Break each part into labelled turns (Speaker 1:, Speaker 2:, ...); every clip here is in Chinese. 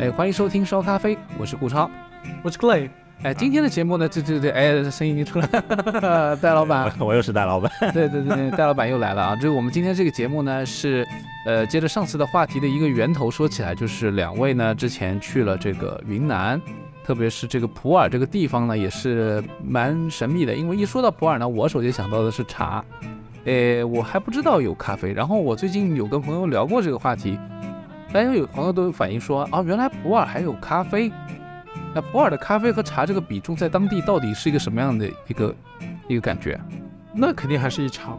Speaker 1: 哎，欢迎收听烧咖啡，我是顾超。
Speaker 2: 我是 Clay，
Speaker 1: 哎，今天的节目呢，对对对，哎，这声音已经出来 了，戴老板，
Speaker 3: 我又是大老板，
Speaker 1: 对对对，戴老板又来了啊！就是我们今天这个节目呢，是呃接着上次的话题的一个源头说起来，就是两位呢之前去了这个云南，特别是这个普洱这个地方呢，也是蛮神秘的。因为一说到普洱呢，我首先想到的是茶，诶，我还不知道有咖啡。然后我最近有跟朋友聊过这个话题，大家有朋友都有反映说啊，原来普洱还有咖啡。那普洱的咖啡和茶这个比重在当地到底是一个什么样的一个一个感觉？
Speaker 2: 那肯定还是一场，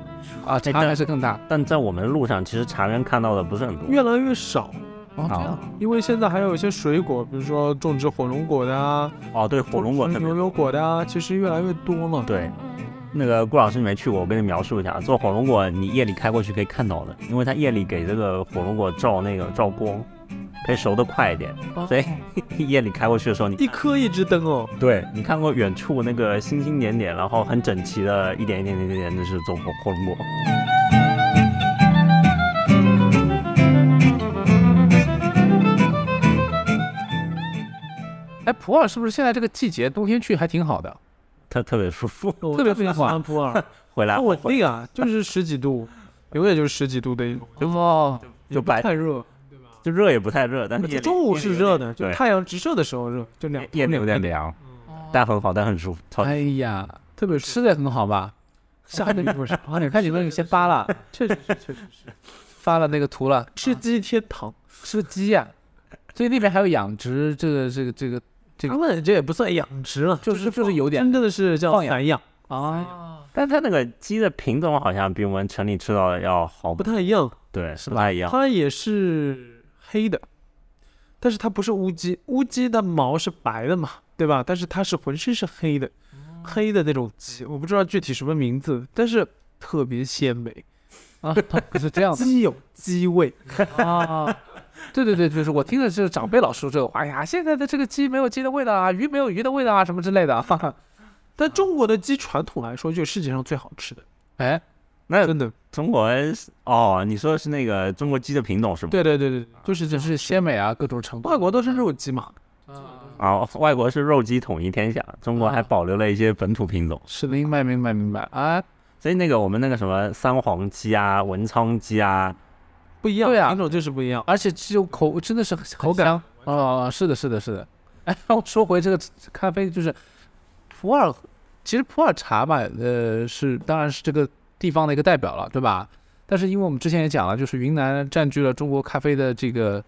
Speaker 1: 啊，
Speaker 3: 哎
Speaker 1: 茶
Speaker 3: 但
Speaker 1: 还是更大
Speaker 3: 但在我们的路上，其实茶园看到的不是很多。啊
Speaker 2: 越来越少，
Speaker 1: 哦，这样
Speaker 2: 因为现在还有一些水果，比如说种植火龙果的啊，
Speaker 3: 哦，对，火龙果
Speaker 2: 种
Speaker 3: 特
Speaker 2: 植
Speaker 3: 别
Speaker 2: 牛油果的啊，其实越来越多了。
Speaker 3: 对。
Speaker 2: 嗯
Speaker 3: 那个顾老师你没去过，我跟你描述一下，做火龙果你夜里开过去可以看到的，因为它夜里给这个火龙果照那个照光，可以熟得快一点。 所以夜里开过去的时候你，
Speaker 2: 一颗一只灯哦，
Speaker 3: 对你看过远处那个星星点点，然后很整齐的一点一点一点一点，就是做火火龙果。
Speaker 1: 哎，普洱是不是现在这个季节冬天去还挺好
Speaker 3: 哦
Speaker 1: 的？
Speaker 3: 特特别舒服，
Speaker 2: 我
Speaker 1: 特别
Speaker 2: 特别喜
Speaker 1: 爽
Speaker 2: 欢普洱，
Speaker 3: 回来
Speaker 2: 它稳定啊，就是十几度， 永远就是十几度的一种，
Speaker 1: 哦，
Speaker 2: 也不
Speaker 3: 白
Speaker 2: 太热。
Speaker 3: 就热也不太热，但是夜里
Speaker 2: 中午是热的，嗯就
Speaker 3: 对哎
Speaker 2: 太阳直射的时候热，就两
Speaker 3: 夜里有点凉，但很好，但很舒服，超
Speaker 1: 哎呀，
Speaker 2: 特别
Speaker 1: 吃的也很好吧？
Speaker 2: 下着不是，
Speaker 1: 啊，你看你们有些发了，
Speaker 2: 确实是确实是
Speaker 1: 发了那个图了，
Speaker 2: 吃鸡天堂，
Speaker 1: 吃鸡呀、所以那边还有养殖这个这个这个这
Speaker 2: 他
Speaker 1: 个
Speaker 2: 们这也不算养殖了，
Speaker 1: 就是就是有点
Speaker 2: 真正的是叫
Speaker 1: 放养
Speaker 2: 散养，
Speaker 1: 啊，
Speaker 3: 但它那个鸡的品种好像比我们城里吃到的要好
Speaker 2: 不
Speaker 3: 不，
Speaker 2: 太一样。
Speaker 3: 对，是不太一样。
Speaker 2: 它也是黑的，但是它不是乌鸡，乌鸡的毛是白的嘛，对吧？但是它是浑身是黑的，黑的那种鸡，我不知道具体什么名字，但是特别鲜美，
Speaker 1: 啊，不是这样
Speaker 2: 鸡有鸡味。
Speaker 1: 的啊。对对对，就是我听着就是长辈老说这个话，哎呀，现在的这个鸡没有鸡的味道啊，鱼没有鱼的味道啊，什么之类的啊。
Speaker 2: 但中国的鸡传统来说，就是世界上最好吃的，
Speaker 1: 哎，
Speaker 3: 那
Speaker 2: 真的。
Speaker 3: 中国是哦，你说的是那个中国鸡的品种是吗？
Speaker 2: 对对对对，
Speaker 1: 就是就是鲜美啊，各种程度。
Speaker 2: 外国都是肉鸡嘛。
Speaker 3: 啊，外国是肉鸡统一天下，中国还保留了一些本土品种，
Speaker 1: 是明白明白明白啊，
Speaker 3: 所以那个我们那个什么三黄鸡啊、文昌鸡啊，
Speaker 2: 不一样，
Speaker 1: 对啊
Speaker 2: 品种就是不一样。
Speaker 1: 而且只有口真的是很口感哦，是的，是的，是 的。哎，让我说回这个咖啡，就是普洱，其实普洱茶吧，呃，是当然是这个地方的一个代表了，对吧？但是因为我们之前也讲了，就是云南占据了中国咖啡的这个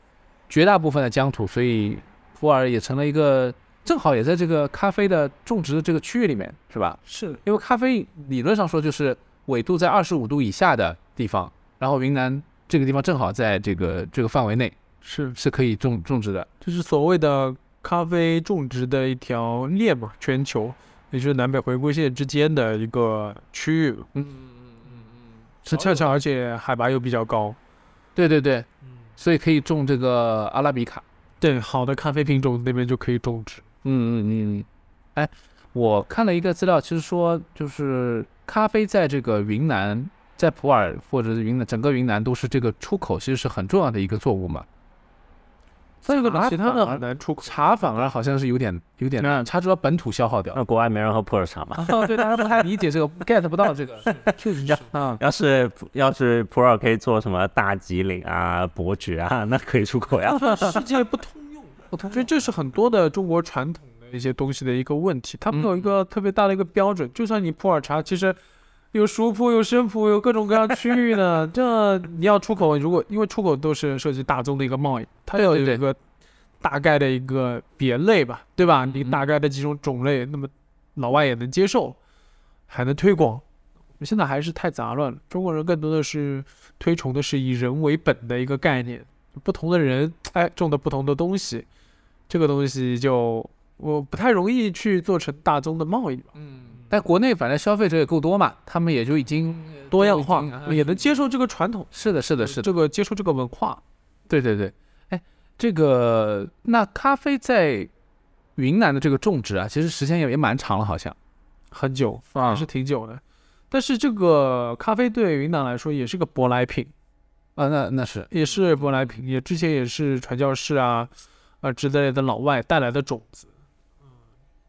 Speaker 1: 绝大部分的疆土，所以普洱也成了一个正好也在这个咖啡的种植的这个区域里面，是吧？
Speaker 2: 是的，
Speaker 1: 因为咖啡理论上说就是纬度在二十五度以下的地方，然后云南这个地方正好在这个这个范围内
Speaker 2: 是，
Speaker 1: 是可以种种植的。
Speaker 2: 就是所谓的咖啡种植的一条链嘛，全球，也就是南北回归线之间的一个区域。
Speaker 1: 嗯
Speaker 2: 是恰恰，而且海拔又比较高。
Speaker 1: 对对对，
Speaker 2: 嗯
Speaker 1: 所以可以种这个阿拉比卡。
Speaker 2: 对，好的咖啡品种那边就可以种植。
Speaker 1: 嗯嗯嗯，哎，我看了一个资料，其实说就是咖啡在这个云南，在普洱或者是云南整个云南都是这个出口其实是很重要的一个作物嘛。所以有个
Speaker 2: 啊其他的很
Speaker 1: 反而嗯
Speaker 2: 难出口。
Speaker 1: 茶反而好像是有点有点，
Speaker 3: 那
Speaker 1: 茶主要本土消耗掉。
Speaker 3: 那国外没人喝普洱茶嘛？
Speaker 1: 哦，对，大家不 太理解这个，get 不到这个， 就是这样啊。
Speaker 3: 要是要是普洱可以做什么大吉岭啊、伯爵啊， 那可以出口呀。
Speaker 2: 世界不通 用的，所以这是很多的中国传统的一些东西的一个问题。他们
Speaker 1: 嗯
Speaker 2: 有一个特别大的一个标准，就算你普洱茶，其实有熟普、有生普、有各种各样区域的，这你要出口，如果因为出口都是涉及大宗的一个贸易，它要有
Speaker 1: 对
Speaker 2: 一个大概的一个别类吧，对吧？你
Speaker 1: 嗯
Speaker 2: 大概的几种种类，那么老外也能接受，还能推广。我们现在还是太杂乱了，中国人更多的是推崇的是以人为本的一个概念，不同的人哎种的不同的东西，这个东西就我不太容易去做成大宗的贸易吧，
Speaker 1: 但国内反正消费者也够多嘛，他嗯们也就已经
Speaker 2: 多样化
Speaker 1: 都已经啊
Speaker 2: 也能接受这个传统，
Speaker 1: 是的，是的，是的，
Speaker 2: 这个接受这个文化。
Speaker 1: 对对对。哎，这个那咖啡在云南的这个种植啊，其实时间也也蛮长了，好像
Speaker 2: 很久，
Speaker 1: 啊
Speaker 2: 还是挺久的。但是这个咖啡对云南来说也是个舶来品，
Speaker 1: 啊，那那是
Speaker 2: 也是舶来品，也之前也是传教士啊，啊之类的老外带来的种子。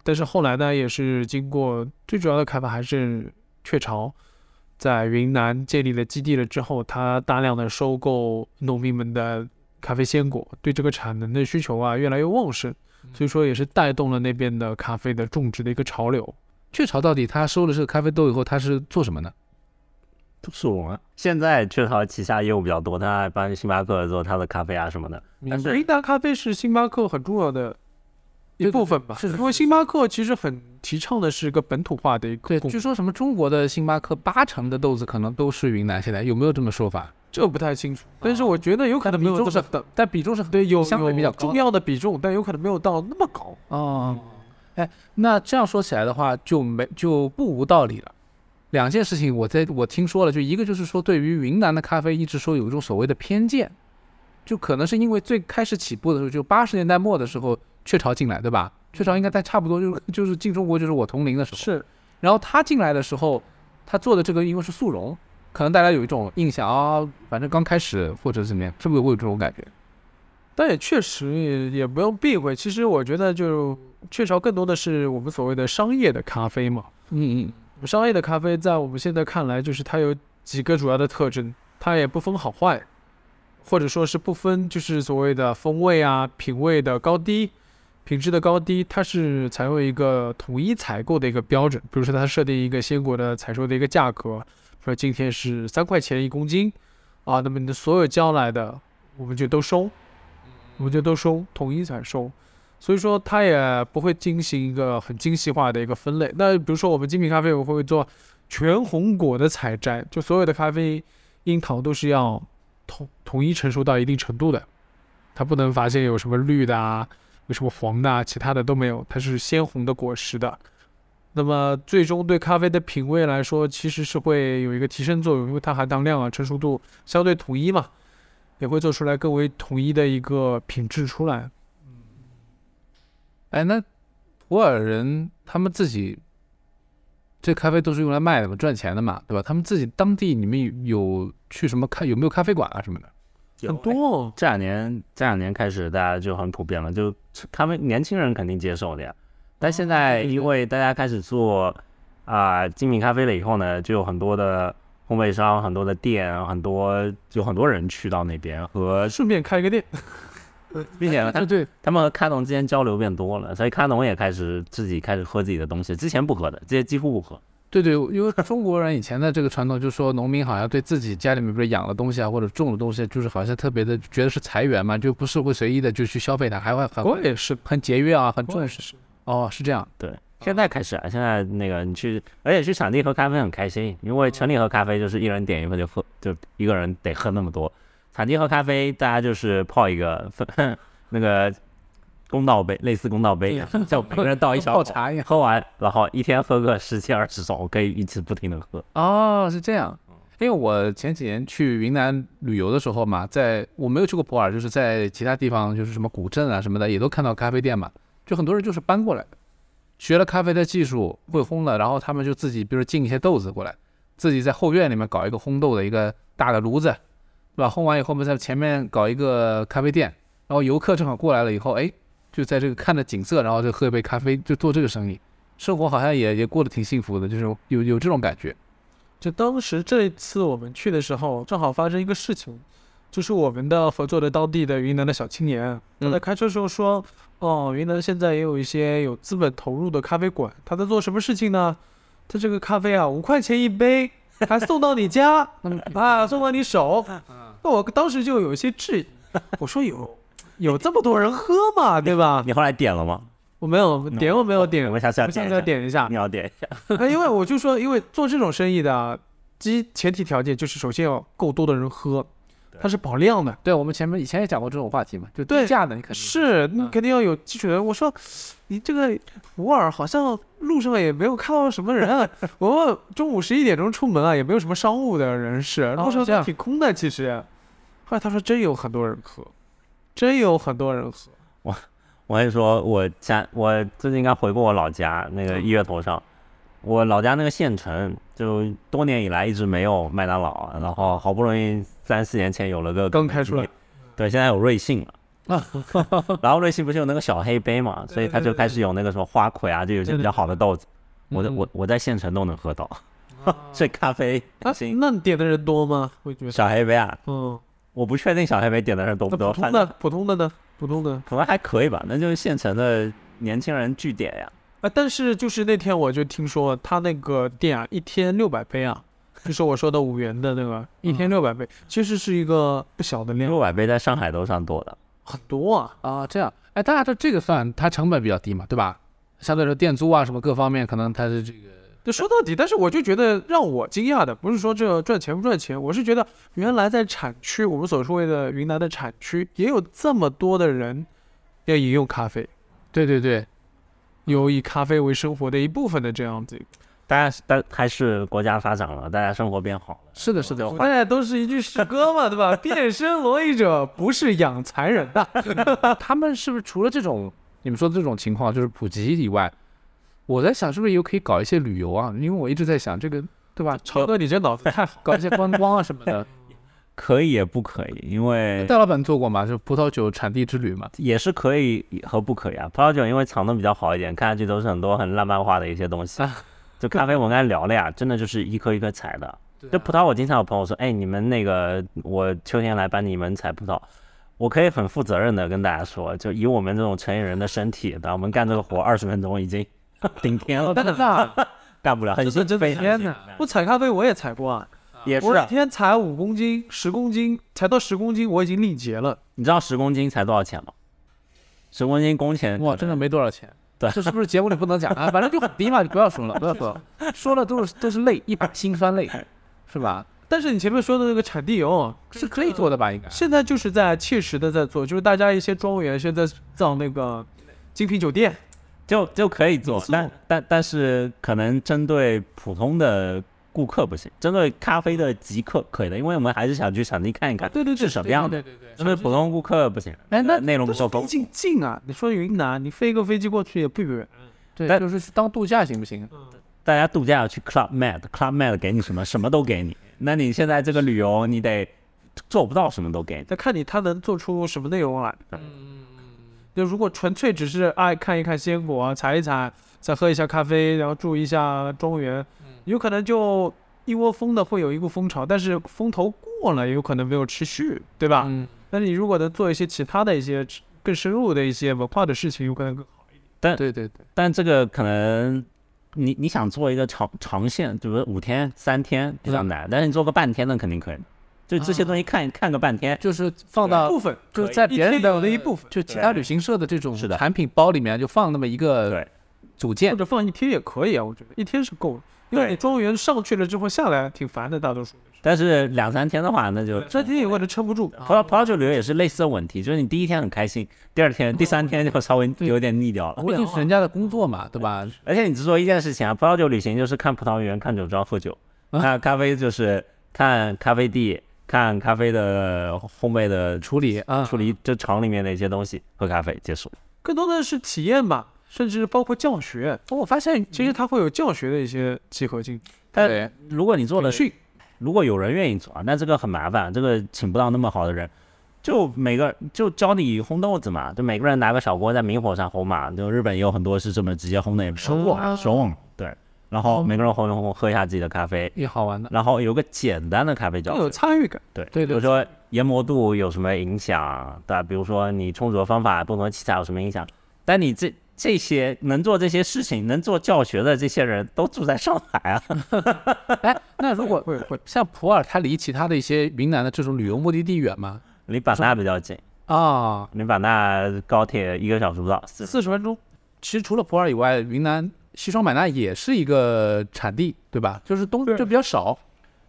Speaker 2: 但是后来呢，也是经过最主要的开发还是雀巢在云南建立了基地了之后，它大量的收购农民们的咖啡鲜果，对这个产能的需求啊越来越旺盛，所以说也是带动了那边的咖啡的种植的一个潮流。
Speaker 1: 雀巢到底它收了这个咖啡豆以后，它是做什么呢？
Speaker 3: 都是我啊们现在雀巢旗下业务比较多，它帮星巴克做它的咖啡啊什么的。但是
Speaker 2: 云南咖啡是星巴克很重要的一
Speaker 1: 对对
Speaker 2: 部分吧，
Speaker 1: 是的
Speaker 2: 因为星巴克其实很提倡的是一个本土化的一个
Speaker 1: 对，
Speaker 2: 共
Speaker 1: 据说什么中国的星巴克八成的豆子可能都是云南，现在有没有这么说法？
Speaker 2: 这不太清楚，但是我觉得有可能没有
Speaker 1: 比重
Speaker 2: 这
Speaker 1: 啊是
Speaker 2: 么大，但比重是对有
Speaker 1: 相对比较
Speaker 2: 有
Speaker 1: 高的
Speaker 2: 重要的比重，但有可能没有到那么高。
Speaker 1: 哦，哎，那这样说起来的话，就没就不无道理了。两件事情我在我听说了，就一个就是说，对于云南的咖啡，一直说有一种所谓的偏见，就可能是因为最开始起步的时候，就八十年代末的时候，雀巢进来，对吧？雀巢应该在差不多就是 就是进中嗯国就是我同龄的时候，
Speaker 2: 是，
Speaker 1: 然后他进来的时候，他做的这个因为是速溶，可能大家有一种印象啊、反正刚开始或者是怎么样，是不是会有这种感觉？
Speaker 2: 但也确实也也不用避讳。其实我觉得就雀巢更多的是我们所谓的商业的咖啡嘛。
Speaker 1: 嗯嗯，
Speaker 2: 商业的咖啡在我们现在看来，就是它有几个主要的特征，它也不分好坏，或者说是不分就是所谓的风味啊、品味的高低、品质的高低，它是采用一个统一采购的一个标准。比如说，它设定一个鲜果的采收的一个价格，说今天是三块钱一公斤，啊，那么你的所有交来的，我们就都收，我们就都收，统一采收。所以说它也不会进行一个很精细化的一个分类。那比如说我们精品咖啡，我会做全红果的采摘，就所有的咖啡樱桃都是要统 统一成熟到一定程度的，它不能发现有什么绿的啊，有什么黄的啊，其他的都没有，它是鲜红的果实的。那么最终对咖啡的品味来说，其实是会有一个提升作用，因为它含糖量啊、成熟度相对统一嘛，也会做出来更为统一的一个品质出来。
Speaker 1: 哎，那普洱人他们自己这咖啡都是用来卖的嘛，赚钱的嘛，对吧？他们自己当地你们有有去什么咖有没有咖啡馆啊什么的？
Speaker 3: 哎
Speaker 2: 很多，哦
Speaker 3: 这两年这两年开始，大家就很普遍了，就他们年轻人肯定接受的呀。但现
Speaker 1: 哦
Speaker 3: 在因为大家开始做啊、精品咖啡了以后呢，就有很多的烘焙商、很多的店、很多就很多人去到那边和，
Speaker 2: 顺便开一个店，
Speaker 3: 并且他
Speaker 1: 对对，
Speaker 3: 他们和卡农之间交流变多了，所以卡农也开始自己开始喝自己的东西，之前不喝的，这些几乎不喝。
Speaker 1: 对对，因为中国人以前的这个传统就是说，农民好像对自己家里面不是养了东西啊，或者种了东西，就是好像特别的觉得是财源嘛，就不是会随意的就去消费它，还会很
Speaker 2: 我也是，
Speaker 1: 很节约啊，很重
Speaker 2: 视是。
Speaker 1: 哦，是这样。
Speaker 3: 对，现在开始啊，现在那个你去，而且去场地喝咖啡很开心，因为城里喝咖啡就是一人点一份就喝，就一个人得喝那么多。场地喝咖啡，大家就是泡一个分那个公道杯，类似公道杯一样，像每个人倒一小
Speaker 1: 泡
Speaker 3: 口，
Speaker 1: 茶一样。
Speaker 3: 喝完然后一天喝个十几二十种，可以一直不停的喝。
Speaker 1: 哦，是这样。因为我前几年去云南旅游的时候嘛，在我没有去过普洱，就是在其他地方，就是什么古镇啊什么的，也都看到咖啡店嘛。就很多人就是搬过来的，学了咖啡的技术，会烘了，然后他们就自己，比如进一些豆子过来，自己在后院里面搞一个烘豆的一个大的炉子，对吧？烘完以后，我们在前面搞一个咖啡店，然后游客正好过来了以后，哎，就在这个看着景色，然后就喝一杯咖啡，就做这个生意，生活好像也也过得挺幸福的，就是有有这种感觉。
Speaker 2: 就当时这一次我们去的时候，正好发生一个事情，就是我们的合作的当地的云南的小青年，他
Speaker 1: 嗯
Speaker 2: 在开车时候说，哦，云南现在也有一些有资本投入的咖啡馆，他在做什么事情呢？他这个咖啡啊，五块钱一杯，还送到 你家啊，送到你手。
Speaker 1: 嗯
Speaker 2: 那我当时就有一些质疑，我说有有这么多人喝吗？对吧？
Speaker 3: 你后来点了吗？
Speaker 2: 我没有点，我没有点
Speaker 1: 哦
Speaker 3: 我，们下次要
Speaker 2: 我下
Speaker 3: 点一
Speaker 2: 次要
Speaker 3: 下，
Speaker 2: 点一 下
Speaker 3: 你。要点一下。
Speaker 2: 哎，因为我就说，因为做这种生意的，基前提条件就是首先要够多的人喝，它是保量的，
Speaker 1: 对，我们前面以前也讲过这种话题嘛，就低
Speaker 2: 对
Speaker 1: 价的你肯定
Speaker 2: 是你
Speaker 1: 嗯
Speaker 2: 肯定要有基础的人。我说，你这个普洱好像路上也没有看到什么 人啊，我们中午十一点钟出门啊，也没有什么商务的人士，路上
Speaker 1: 哦这
Speaker 2: 都
Speaker 1: 样
Speaker 2: 挺空的。其实，后来他说真有很多人喝，真有很多人喝，
Speaker 3: 我跟你说，我家我最近刚回过我老家，那
Speaker 2: 嗯
Speaker 3: 个一月头上，我老家那个县城就多年以来一直没有麦啊当劳，然后好不容易三四年前有了个
Speaker 2: 刚开出来，啊
Speaker 3: 对，现在有瑞幸了，然后瑞幸不是有那个小黑杯嘛，所以他就开始有那个什么花魁啊，就有些比较好的豆子，我
Speaker 2: 嗯
Speaker 3: 在我我在县城都能喝到， 所以咖啡
Speaker 2: 啊
Speaker 3: 行，
Speaker 2: 那你点的人多吗？我觉得，
Speaker 3: 小黑杯啊，
Speaker 2: 嗯，
Speaker 3: 我不确定小黑杯点的人多
Speaker 2: 那
Speaker 3: 不多，
Speaker 2: 普
Speaker 3: 反
Speaker 2: 通
Speaker 3: 正
Speaker 2: 的普通的呢？普通的
Speaker 3: 可能还可以吧，那就是县城的年轻人聚点呀，
Speaker 2: 啊，但是就是那天我就听说他那个店啊，一天六百杯啊，就是我说的五元的那个，一天六百杯，其实是一个不小的量，
Speaker 3: 六百杯在上海都算多的，
Speaker 2: 很多啊。
Speaker 1: 啊，这样，哎，大家这这个算它成本比较低嘛，对吧？相对来说，店租啊什么各方面，可能它是这个
Speaker 2: 就说到底，但是我就觉得让我惊讶的不是说这赚钱不赚钱，我是觉得原来在产区，我们所谓的云南的产区，也有这么多的人要饮用咖啡，
Speaker 1: 对对对，
Speaker 2: 有以咖啡为生活的一部分的这样子。
Speaker 3: 大家但还是国家发展了，大家生活变好了，
Speaker 1: 是的，是的
Speaker 3: 我，
Speaker 2: 大家都是一句诗歌嘛，对吧？变身罗衣者不是养蚕人呐。
Speaker 1: 他们是不是除了这种你们说的这种情况，就是普及以外，我在想是不是也可以搞一些旅游啊？因为我一直在想这个，对吧？
Speaker 2: 超哥，你这脑子太好。
Speaker 1: 搞一些观光啊什么 的。
Speaker 3: 可以也不可以，因为
Speaker 1: 戴老板做过嘛，就葡萄酒产地之旅嘛。
Speaker 3: 也是可以和不可以啊。葡萄酒因为藏的比较好一点，看上去都是很多很浪漫化的一些东西。
Speaker 1: 啊
Speaker 3: 就咖啡，我们刚才聊了呀，真的就是一颗一颗采的。
Speaker 1: 啊
Speaker 3: 就葡萄，我经常有朋友说，哎，你们那个，我秋天来帮你们采葡萄。我可以很负责任的跟大家说，就以我们这种成年人的身体，对吧？我们干这个活二十分钟已经 顶天
Speaker 1: 哦
Speaker 3: 了，
Speaker 2: 但是啊，
Speaker 3: 干不了，很
Speaker 2: 真的真的
Speaker 3: 非常
Speaker 2: 天
Speaker 3: 辛
Speaker 2: 哪
Speaker 3: 苦
Speaker 2: 我采咖啡我也采过啊，
Speaker 3: 也是
Speaker 2: 我一
Speaker 3: 啊，
Speaker 2: 天采五公斤、十公斤，采到十公斤我已经力竭了。
Speaker 3: 你知道十公斤才多少钱吗？十公斤工钱
Speaker 1: 哇，真的没多少钱。
Speaker 3: 对
Speaker 1: 这是不是节目里不能讲啊？反正就很低嘛，就不要说了，不要说 了，说了都是都是泪，一把辛酸 泪，是吧？
Speaker 2: 但是你前面说的那个产地游，
Speaker 1: 是可以做的吧？应该
Speaker 2: 现在就是在切实的在做，就是大家一些庄园现在造那个精品酒店，
Speaker 3: 就就可以做
Speaker 2: 没，错
Speaker 3: 但但但是可能针对普通的顾客不行，针对咖啡的极客可以的，因为我们还是想去场地看一看，
Speaker 2: 对对对
Speaker 3: 是什么样
Speaker 1: 对
Speaker 3: 的。
Speaker 1: 对
Speaker 3: 针对普通顾客不行，呃
Speaker 1: 哎那
Speaker 3: 内容不
Speaker 2: 但
Speaker 3: 够
Speaker 2: 是毕
Speaker 3: 丰富。
Speaker 2: 竟近啊，你说云南，你飞个飞机过去也不远。
Speaker 1: 对，
Speaker 3: 但
Speaker 1: 就是去当度假行不行？
Speaker 3: 大家度假要去 Club Med，Club Med 给你什么，什么都给你。那你现在这个旅游，你得做不到什么都给你。
Speaker 2: 再看你他能做出什么内容来。就如果纯粹只是爱看一看鲜果，采一采，再喝一下咖啡，然后住一下庄园，有可能就一窝蜂的会有一股风潮，但是风头过了，也有可能没有持续，对吧？
Speaker 1: 嗯，
Speaker 2: 但是你如果能做一些其他的一些更深入的一些文化的事情，有可能更好。
Speaker 1: 对对对，
Speaker 3: 但这个可能你你想做一个长长线，比如五天、三天比较难，但是你做个半天的肯定可以。就这些东西看、看个半天，
Speaker 1: 就是放到
Speaker 2: 部分
Speaker 1: 就是在
Speaker 2: 一
Speaker 1: 别人
Speaker 2: 天有的
Speaker 1: 的
Speaker 2: 一部分，
Speaker 1: 就其他旅行社的这种
Speaker 3: 是的
Speaker 1: 产品包里面就放那么一个
Speaker 3: 对
Speaker 1: 组
Speaker 2: 或
Speaker 1: 件，
Speaker 2: 者放一天也可以啊，我觉得一天是够了，因为
Speaker 3: 对
Speaker 2: 你庄园上去了之后下来挺烦的，大多数
Speaker 3: 但是两三天的话，那就
Speaker 2: 三天有可能撑不住。
Speaker 3: 葡萄葡萄酒旅游也是类似的问题，就是你第一天很开心，第二天、第三天就稍微有点腻掉了。
Speaker 1: 毕竟是人家的工作嘛，啊对吧？
Speaker 3: 而且你只做一件事情啊，葡萄酒旅行就是看葡萄园、看酒庄、喝酒，那咖啡就是看咖啡地、看咖啡的烘焙的
Speaker 1: 处理啊，
Speaker 3: 处理，这厂里面的一些东西，喝咖啡结束。
Speaker 2: 更多的是体验吧，甚至包括教学。
Speaker 1: 我发现
Speaker 2: 其实它会有教学的一些集合进去，
Speaker 3: 但
Speaker 1: 对
Speaker 3: 如果你做了
Speaker 2: 培训
Speaker 3: 如果有人愿意做啊，那这个很麻烦，这个请不到那么好的人，就每个就教你烘豆子嘛，就每个人拿个小锅在明火上烘嘛，就日本也有很多是这么直接烘的，也手
Speaker 1: 啊
Speaker 3: 网手网对，然后每个人烘一烘，喝一下自己的咖啡，
Speaker 1: 也好玩的，
Speaker 3: 然后有个简单的咖啡教
Speaker 2: 更
Speaker 3: 学
Speaker 2: 有，参与感。
Speaker 3: 对，
Speaker 1: 对
Speaker 3: 比
Speaker 1: 对
Speaker 3: 如说研磨度有什么影响，对吧？比如说你冲煮的方法、不同的器材有什么影响，但你这。这些能做这些事情、能做教学的这些人都住在上海啊，
Speaker 1: 哎，那如果
Speaker 2: 会会，
Speaker 1: 像普洱，它离其他的一些云南的这种旅游目的地远吗？
Speaker 3: 离版纳比较近，
Speaker 1: 啊，
Speaker 3: 离版纳高铁一个小时不到，四
Speaker 2: 四十分钟，
Speaker 1: 其实除了普洱以外，云南西双版纳也是一个产地，对吧？就是东
Speaker 2: 对
Speaker 1: 就比较少，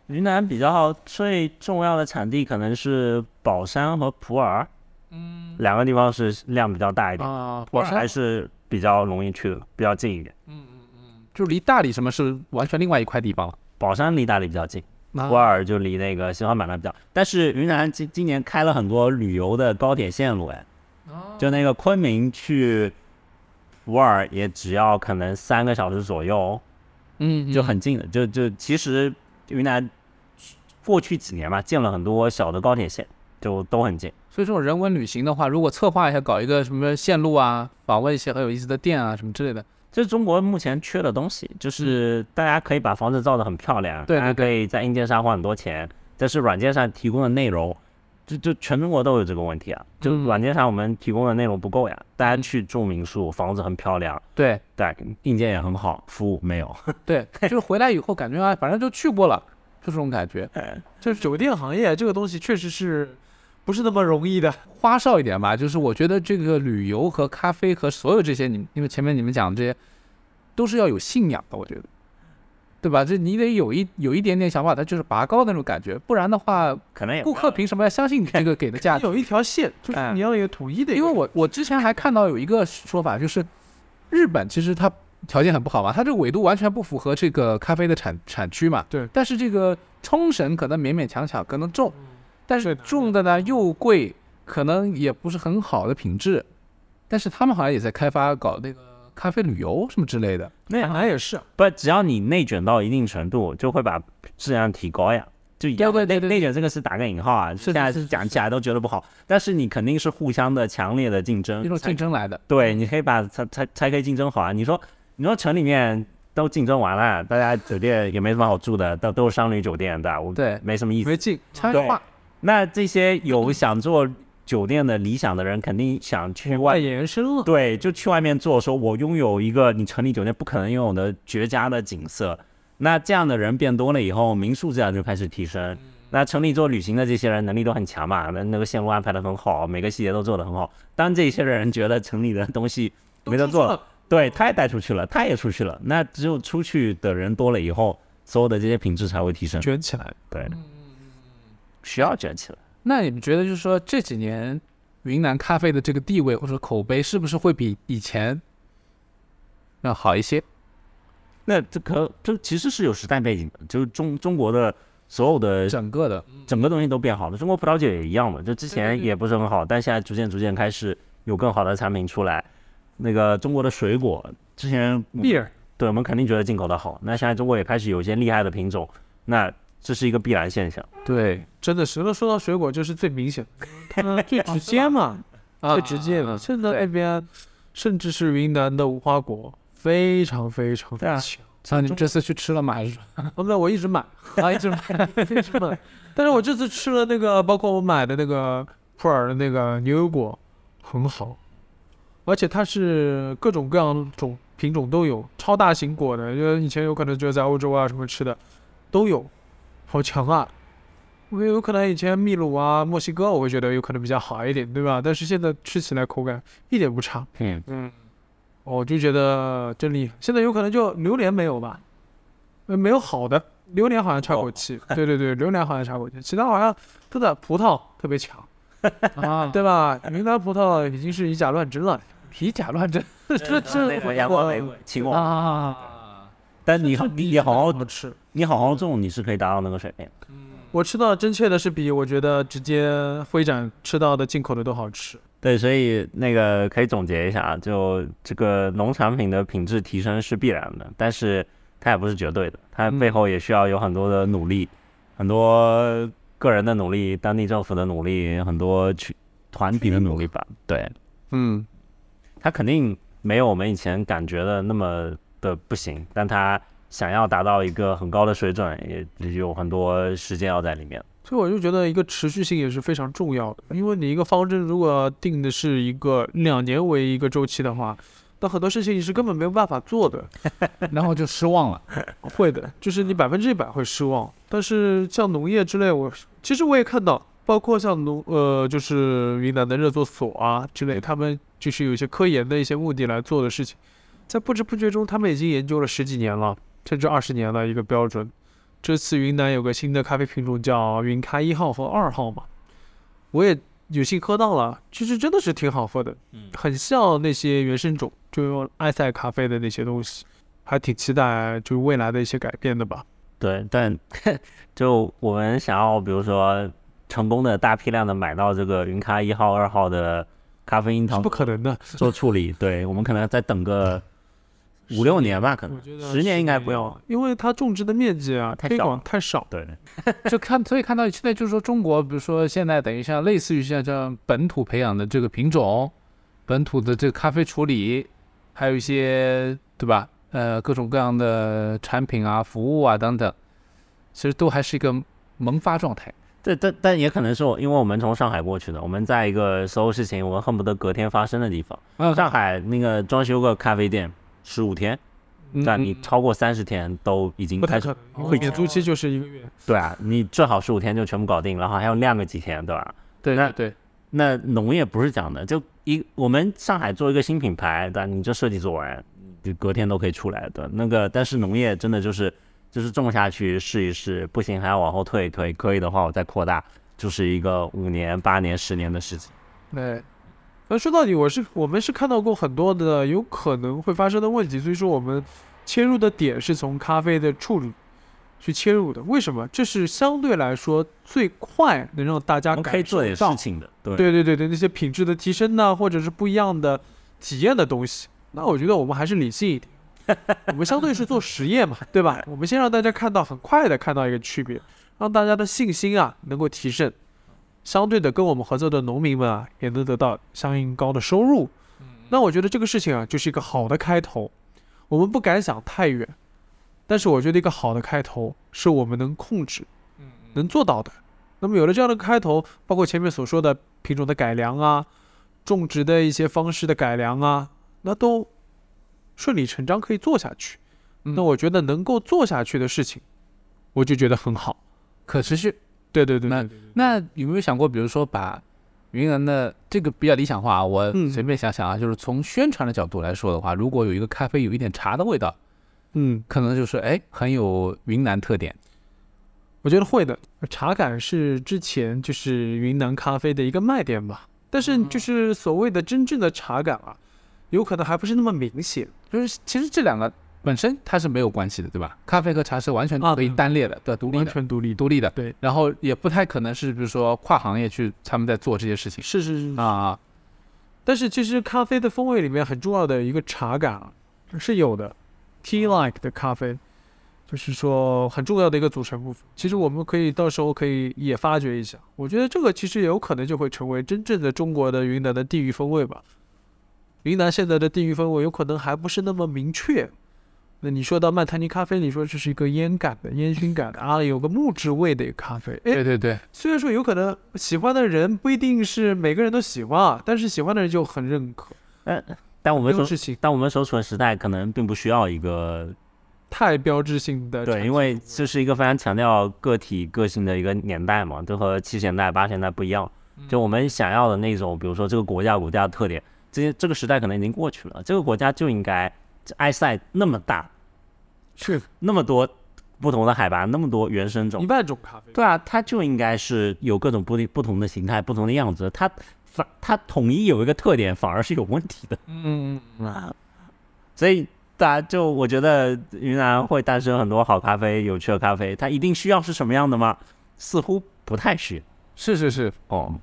Speaker 3: 云南比较最重要的产地可能是保山和普洱，嗯，两个地方是量比较大一点，
Speaker 1: 啊，
Speaker 3: 普
Speaker 1: 宝
Speaker 3: 洱还
Speaker 1: 山
Speaker 3: 是比较容易去的，比较近一点。
Speaker 1: 就离大理什么是完全另外一块地方了。
Speaker 3: 保山离大理比较近，
Speaker 1: 那
Speaker 3: 普洱就离那个西双版纳比较。但是云南今今年开了很多旅游的高铁线路，哎，
Speaker 1: 哦
Speaker 3: 就那个昆明去普洱也只要可能三个小时左右，哦
Speaker 1: 嗯，
Speaker 3: 就很近的。就就其实云南过去几年嘛，建了很多小的高铁线，就都很近。
Speaker 1: 所以这种人文旅行的话，如果策划一下，搞一个什么线路啊，访问一些很有意思的店啊，什么之类的，
Speaker 3: 这是中国目前缺的东西，就是大家可以把房子造得很漂亮，
Speaker 1: 嗯对对
Speaker 3: 大家可以在硬件上花很多钱，但是软件上提供的内容，就就全中国都有这个问题啊，就
Speaker 1: 嗯
Speaker 3: 软件上我们提供的内容不够呀，大
Speaker 1: 嗯
Speaker 3: 家去住民宿，房子很漂亮，
Speaker 1: 对
Speaker 3: 对，硬件也很好，服务没有，
Speaker 1: 对，就是回来以后感觉啊，反正就去过了，就这种感觉，
Speaker 2: 就是酒店行业这个东西确实是不是那么容 易的。
Speaker 1: 花哨一点吧。就是我觉得这个旅游和咖啡和所有这些，你因为前面你们讲的这些，都是要有信仰的，我觉得，对吧？这你得有一有一点点想法，它就是拔高那种感觉，不然的话，
Speaker 3: 可能也
Speaker 1: 顾客凭什么要相信你这个给的价值？
Speaker 2: 有一条线，就是
Speaker 1: 哎
Speaker 2: 你要有一个统一的一
Speaker 1: 因
Speaker 2: 个，
Speaker 1: 为我我之前还看到有一个说法，就是日本其实它条件很不好嘛，它这个纬度完全不符合这个咖啡的产产区嘛。
Speaker 2: 对嗯
Speaker 1: 但是这个冲绳可能勉勉强强可能种，但是
Speaker 2: 对的
Speaker 1: 种的呢又贵，可能也不是很好的品质。但是他们好像也在开发搞那个咖啡旅游什么之类的。
Speaker 3: 那
Speaker 2: 本来也是啊，
Speaker 3: 不，只要你内卷到一定程度，就会把质量提高呀。就一样
Speaker 1: 对对对
Speaker 3: 内
Speaker 1: 对
Speaker 3: 内卷这个是打个引号啊，
Speaker 1: 是
Speaker 3: 现在
Speaker 1: 是是
Speaker 3: 讲起来都觉得不好，但是你肯定是互相的强烈的竞争，
Speaker 1: 一种竞争来的，
Speaker 3: 对，你可以把才才才可以竞争好啊。你说你说城里面都竞争完了，大家酒店也没什么好住的，都都是商旅酒店对吧？我
Speaker 1: 对
Speaker 3: 没什么意思。
Speaker 2: 没劲。
Speaker 1: 差
Speaker 3: 对
Speaker 1: 异化，
Speaker 3: 那这些有想做酒店的理想的人，肯定 想去
Speaker 2: 外
Speaker 3: 外。
Speaker 2: 延伸 了，
Speaker 3: 对，就去外面做，说我拥有一个你城里酒店不可能拥有的绝佳的景色。那这样的人变多了以后，民宿质量就开始提升。那城里做旅行的这些人能力都很强嘛，那那个线路安排的很好，每个细节都做得很好。当这些人觉得城里的东西没得做了，
Speaker 2: 了，
Speaker 3: 对，他也带出去了，他也出去了。那只有出去的人多了以后，所有的这些品质才会提升。
Speaker 2: 卷起来。
Speaker 3: 对，需要卷起来。
Speaker 1: 那你们觉得就是说这几年云南咖啡的这个地位或者口碑，是不是会比以前要好一些？
Speaker 3: 那这可这其实是有时代背景的，就是中中国的所有的
Speaker 1: 整个的，
Speaker 3: 整个东西都变好了。中国葡萄酒也一样嘛，就之
Speaker 1: 对
Speaker 3: 前
Speaker 1: 对
Speaker 3: 也不是很好，但现在逐渐逐渐开始有更好的产品出来。那个中国的水果，之前
Speaker 2: beer
Speaker 3: 对我们肯定觉得进口的好，那现在中国也开始有一些厉害的品种，那这是一个必然现象。
Speaker 1: 对
Speaker 2: 真的是，那说到水果，这是最明显的，嗯， 最直接嘛，
Speaker 1: 啊
Speaker 2: 最直接的。现在
Speaker 1: 对
Speaker 2: 那边，甚至是云南的无花果，非常非常
Speaker 3: 对啊
Speaker 2: 强。
Speaker 1: 像你们这次去吃了吗？还是
Speaker 2: 哦，那我一直买，
Speaker 1: 啊，一直买
Speaker 2: 一直买。但是我这次吃了那个，包括我买的那个普洱的那个牛油果，很好，而且它是各种各样种品种都有，超大型果的，因为以前有可能只有在欧洲啊什么吃的都有，好强啊！因为有可能以前秘鲁啊、墨西哥，我会觉得有可能比较好一点，对吧？但是现在吃起来口感一点不差，
Speaker 3: 嗯，
Speaker 2: 我哦就觉得真厉害。现在有可能就榴莲没有吧，呃，没有好的，榴莲好像差口气。对对对，榴莲好像差口气，其他好像真的葡萄特别强，
Speaker 1: 啊，
Speaker 2: 对吧？云南葡萄已经是以假乱真了，
Speaker 1: 以假乱真
Speaker 2: 这这
Speaker 3: 我阳光玫瑰，秦王
Speaker 1: 啊，
Speaker 3: 但你好，你你好好
Speaker 2: 怎么吃？
Speaker 3: 你好好种，你是可以达到那个水平。
Speaker 2: 我吃到真切的是比我觉得直接灰展吃到的进口的都好吃。
Speaker 3: 对，所以那个可以总结一下啊，就这个农产品的品质提升是必然的，但是它也不是绝对的，它背后也需要有很多的努力，很多个人的努力，当地政府的努力，很多去团体的努力吧。对，
Speaker 1: 嗯，
Speaker 3: 它肯定没有我们以前感觉的那么的不行，但它想要达到一个很高的水准，也也有很多时间要在里面。
Speaker 2: 所以我就觉得一个持续性也是非常重要的，因为你一个方针如果定的是一个两年为一个周期的话，那很多事情你是根本没有办法做的。
Speaker 1: 然后就失望了，
Speaker 2: 会的，就是你百分之一百会失望。但是像农业之类，我其实我也看到，包括像农呃，就是云南的热作所啊之类，他们就是有一些科研的一些目的来做的事情，在不知不觉中，他们已经研究了十几年了，甚至二十年的一个标准。这次云南有个新的咖啡品种叫云咖一号和二号嘛，我也有幸喝到了，其实真的是挺好喝的，
Speaker 3: 嗯
Speaker 2: 很像那些原生种，就用埃塞咖啡的那些东西，还挺期待就是未来的一些改变的吧。
Speaker 3: 对，但 就我们想要，比如说成功的大批量的买到这个云咖一号、二号的咖啡因
Speaker 2: 是
Speaker 3: 糖
Speaker 2: 不可能的，
Speaker 3: 做处理，对我们可能再等个五六年吧，可
Speaker 2: 我
Speaker 3: 能
Speaker 2: 觉得
Speaker 3: 十年应该不
Speaker 2: 要，
Speaker 3: 用。
Speaker 2: 因为它种植的面积啊，
Speaker 3: 太
Speaker 2: 推
Speaker 3: 小
Speaker 2: 广
Speaker 3: 了
Speaker 2: 太少，
Speaker 3: 对，
Speaker 1: 就看，所以看到现在就是说，中国比如说现在等于像类似于像这样本土培养的这个品种，本土的这个咖啡处理，还有一些对吧？呃，各种各样的产品啊、服务啊等等，其实都还是一个萌发状态。
Speaker 3: 对，但但也可能是我，因为我们从上海过去的，我们在一个所有事情我们恨不得隔天发生的地方。
Speaker 1: 嗯
Speaker 3: 上海那个装修个咖啡店，十五天，
Speaker 2: 嗯
Speaker 3: 但你超过三十天都已经
Speaker 2: 不太
Speaker 3: 开始
Speaker 2: 可能，因
Speaker 1: 会
Speaker 2: 为免租期就是一个月。
Speaker 3: 对啊，你最好十五天就全部搞定，然后还要晾个几天，对吧？
Speaker 1: 对
Speaker 3: 那
Speaker 1: 对，
Speaker 3: 那农业不是这样的，就一我们上海做一个新品牌，但你这设计做完，就隔天都可以出来的。那个，但是农业真的就是就是种下去试一试，不行还要往后退一退，可以的话我再扩大，就是一个五年、八年、十年的事情。
Speaker 2: 对，那哎说到底，我是我们是看到过很多的有可能会发生的问题，所以说我们切入的点是从咖啡的处理去切入的。为什么？这是相对来说最快能让大家
Speaker 3: 我们可
Speaker 2: 感
Speaker 3: 以做
Speaker 2: 受
Speaker 3: 点
Speaker 2: 到
Speaker 3: 事，情的，对。
Speaker 2: 对对对对，那些品质的提升呐、或者是不一样的体验的东西。那我觉得我们还是理性一点，我们相对是做实验嘛，对吧？我们先让大家看到，很快的看到一个区别，让大家的信心啊能够提升，相对的跟我们合作的农民们啊也能得到相应高的收入。那我觉得这个事情啊就是一个好的开头，我们不敢想太远，但是我觉得一个好的开头是我们能控制、能做到的。那么有了这样的开头，包括前面所说的品种的改良啊，种植的一些方式的改良啊，那都顺理成章可以做下去。
Speaker 1: 嗯
Speaker 2: 那我觉得能够做下去的事情，我就觉得很好。
Speaker 1: 可持续。
Speaker 2: 对对对
Speaker 1: 那
Speaker 2: 对
Speaker 1: 那有没有想过，比如说把云南的这个比较理想化啊？我
Speaker 2: 嗯
Speaker 1: 随便想想啊，就是从宣传的角度来说的话，如果有一个咖啡有一点茶的味道，
Speaker 2: 嗯，
Speaker 1: 可能就是哎很有云南特点。
Speaker 2: 我觉得会的。茶感是之前就是云南咖啡的一个卖点吧，但是
Speaker 1: 嗯
Speaker 2: 就是所谓的真正的茶感啊，有可能还不是那么明显。
Speaker 1: 就是其实这两个本身它是没有关系的，对吧？咖啡和茶是完全
Speaker 2: 啊
Speaker 1: 可以
Speaker 2: 对
Speaker 1: 单列的，对，独立
Speaker 2: 完
Speaker 1: 的，
Speaker 2: 全独立。
Speaker 1: 独立的。
Speaker 2: 对，
Speaker 1: 然后也不太可能是，比如说跨行业去他们在做这些事情
Speaker 2: 是是是
Speaker 1: 啊。
Speaker 2: 但是其实咖啡的风味里面很重要的一个茶感啊，是有的，tea like 的咖啡，就是说很重要的一个组成部分。其实我们可以到时候可以也发掘一下，我觉得这个其实有可能就会成为真正的中国的云南的地域风味吧。云南现在的地域风味有可能还不是那么明确。那你说到曼坦尼咖啡，你说这是一个烟感的、烟熏感的啊，有个木质味的一个咖啡，哎，
Speaker 1: 对对对，
Speaker 2: 虽然说有可能喜欢的人不一定是每个人都喜欢啊，但是喜欢的人就很认可。
Speaker 3: 但我们
Speaker 2: 标
Speaker 3: 所
Speaker 2: 志性
Speaker 3: 但我们所处的时代可能并不需要一个
Speaker 2: 太标志性的产
Speaker 3: 对，
Speaker 2: 品，
Speaker 3: 因为这是一个非常强调个体个性的一个年代嘛，就和七十年代、八十年代不一样。就我们想要的那种，比如说这个国家有国家的特点，这些这个时代可能已经过去了。这个国家就应该这埃塞那么大，
Speaker 2: 是
Speaker 3: 那么多不同的海拔，那么多原生
Speaker 2: 一
Speaker 3: 种，
Speaker 2: 万种咖啡。
Speaker 3: 对啊，它就应该是有各种不不同的形态、不同的样子。它反它统一有一个特点，反而是有问题的。
Speaker 1: 嗯，
Speaker 3: 啊，所以大家就我觉得云南会诞生很多好咖啡、有趣的咖啡，它一定需要是什么样的吗？似乎不太需要
Speaker 1: 是是是，
Speaker 3: 哦。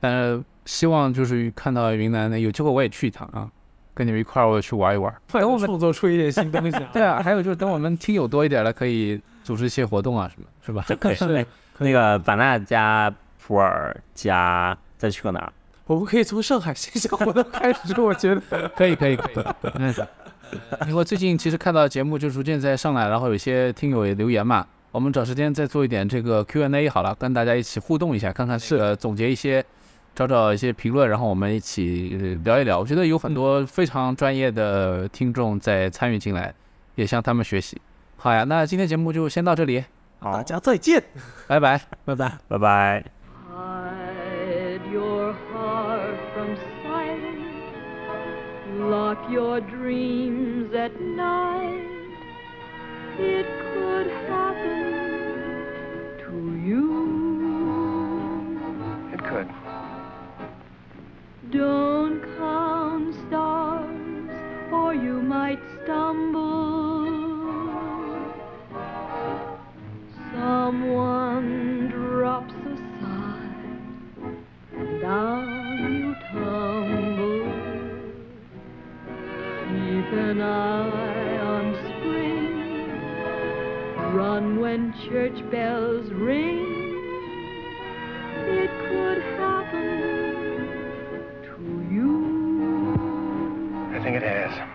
Speaker 1: 但是希望就是看到云南的，有机会我也去一趟啊，跟你们一块儿我去玩一玩。
Speaker 2: 快
Speaker 1: 我们
Speaker 2: 创作出一点新东西、啊
Speaker 1: 对，啊，还有就是等我们听友多一点了，可以组织一些活动啊什么，是吧？
Speaker 3: 这可以那哎那个版纳加普洱加再去个哪儿？
Speaker 2: 我们可以从上海线下活动开 始，我觉得。
Speaker 1: 可以可以可以。嗯，因为最近其实看到节目就逐渐在上来，然后有些听友也留言嘛，我们找时间再做一点这个 Q&A 好了，跟大家一起互动一下，看看是呃总结一些，找找一些评论，然后我们一起呃聊一聊。我觉得有很
Speaker 2: 嗯
Speaker 1: 多非常专业的听众在参与进来，也向他们学习。好呀，那今天节目就先到这里，
Speaker 2: 大家再见，
Speaker 1: 拜拜。
Speaker 2: 拜拜。
Speaker 3: 拜拜。
Speaker 4: Hide your heart from sight. Lock your dreams at night. It could happen to you.
Speaker 5: It could.
Speaker 4: Don't count stars, or you might stumble. Someone drops a sigh, and down you tumble. Keep an eye on spring. Run when church bells ring. It could happen to you.
Speaker 5: I think it has.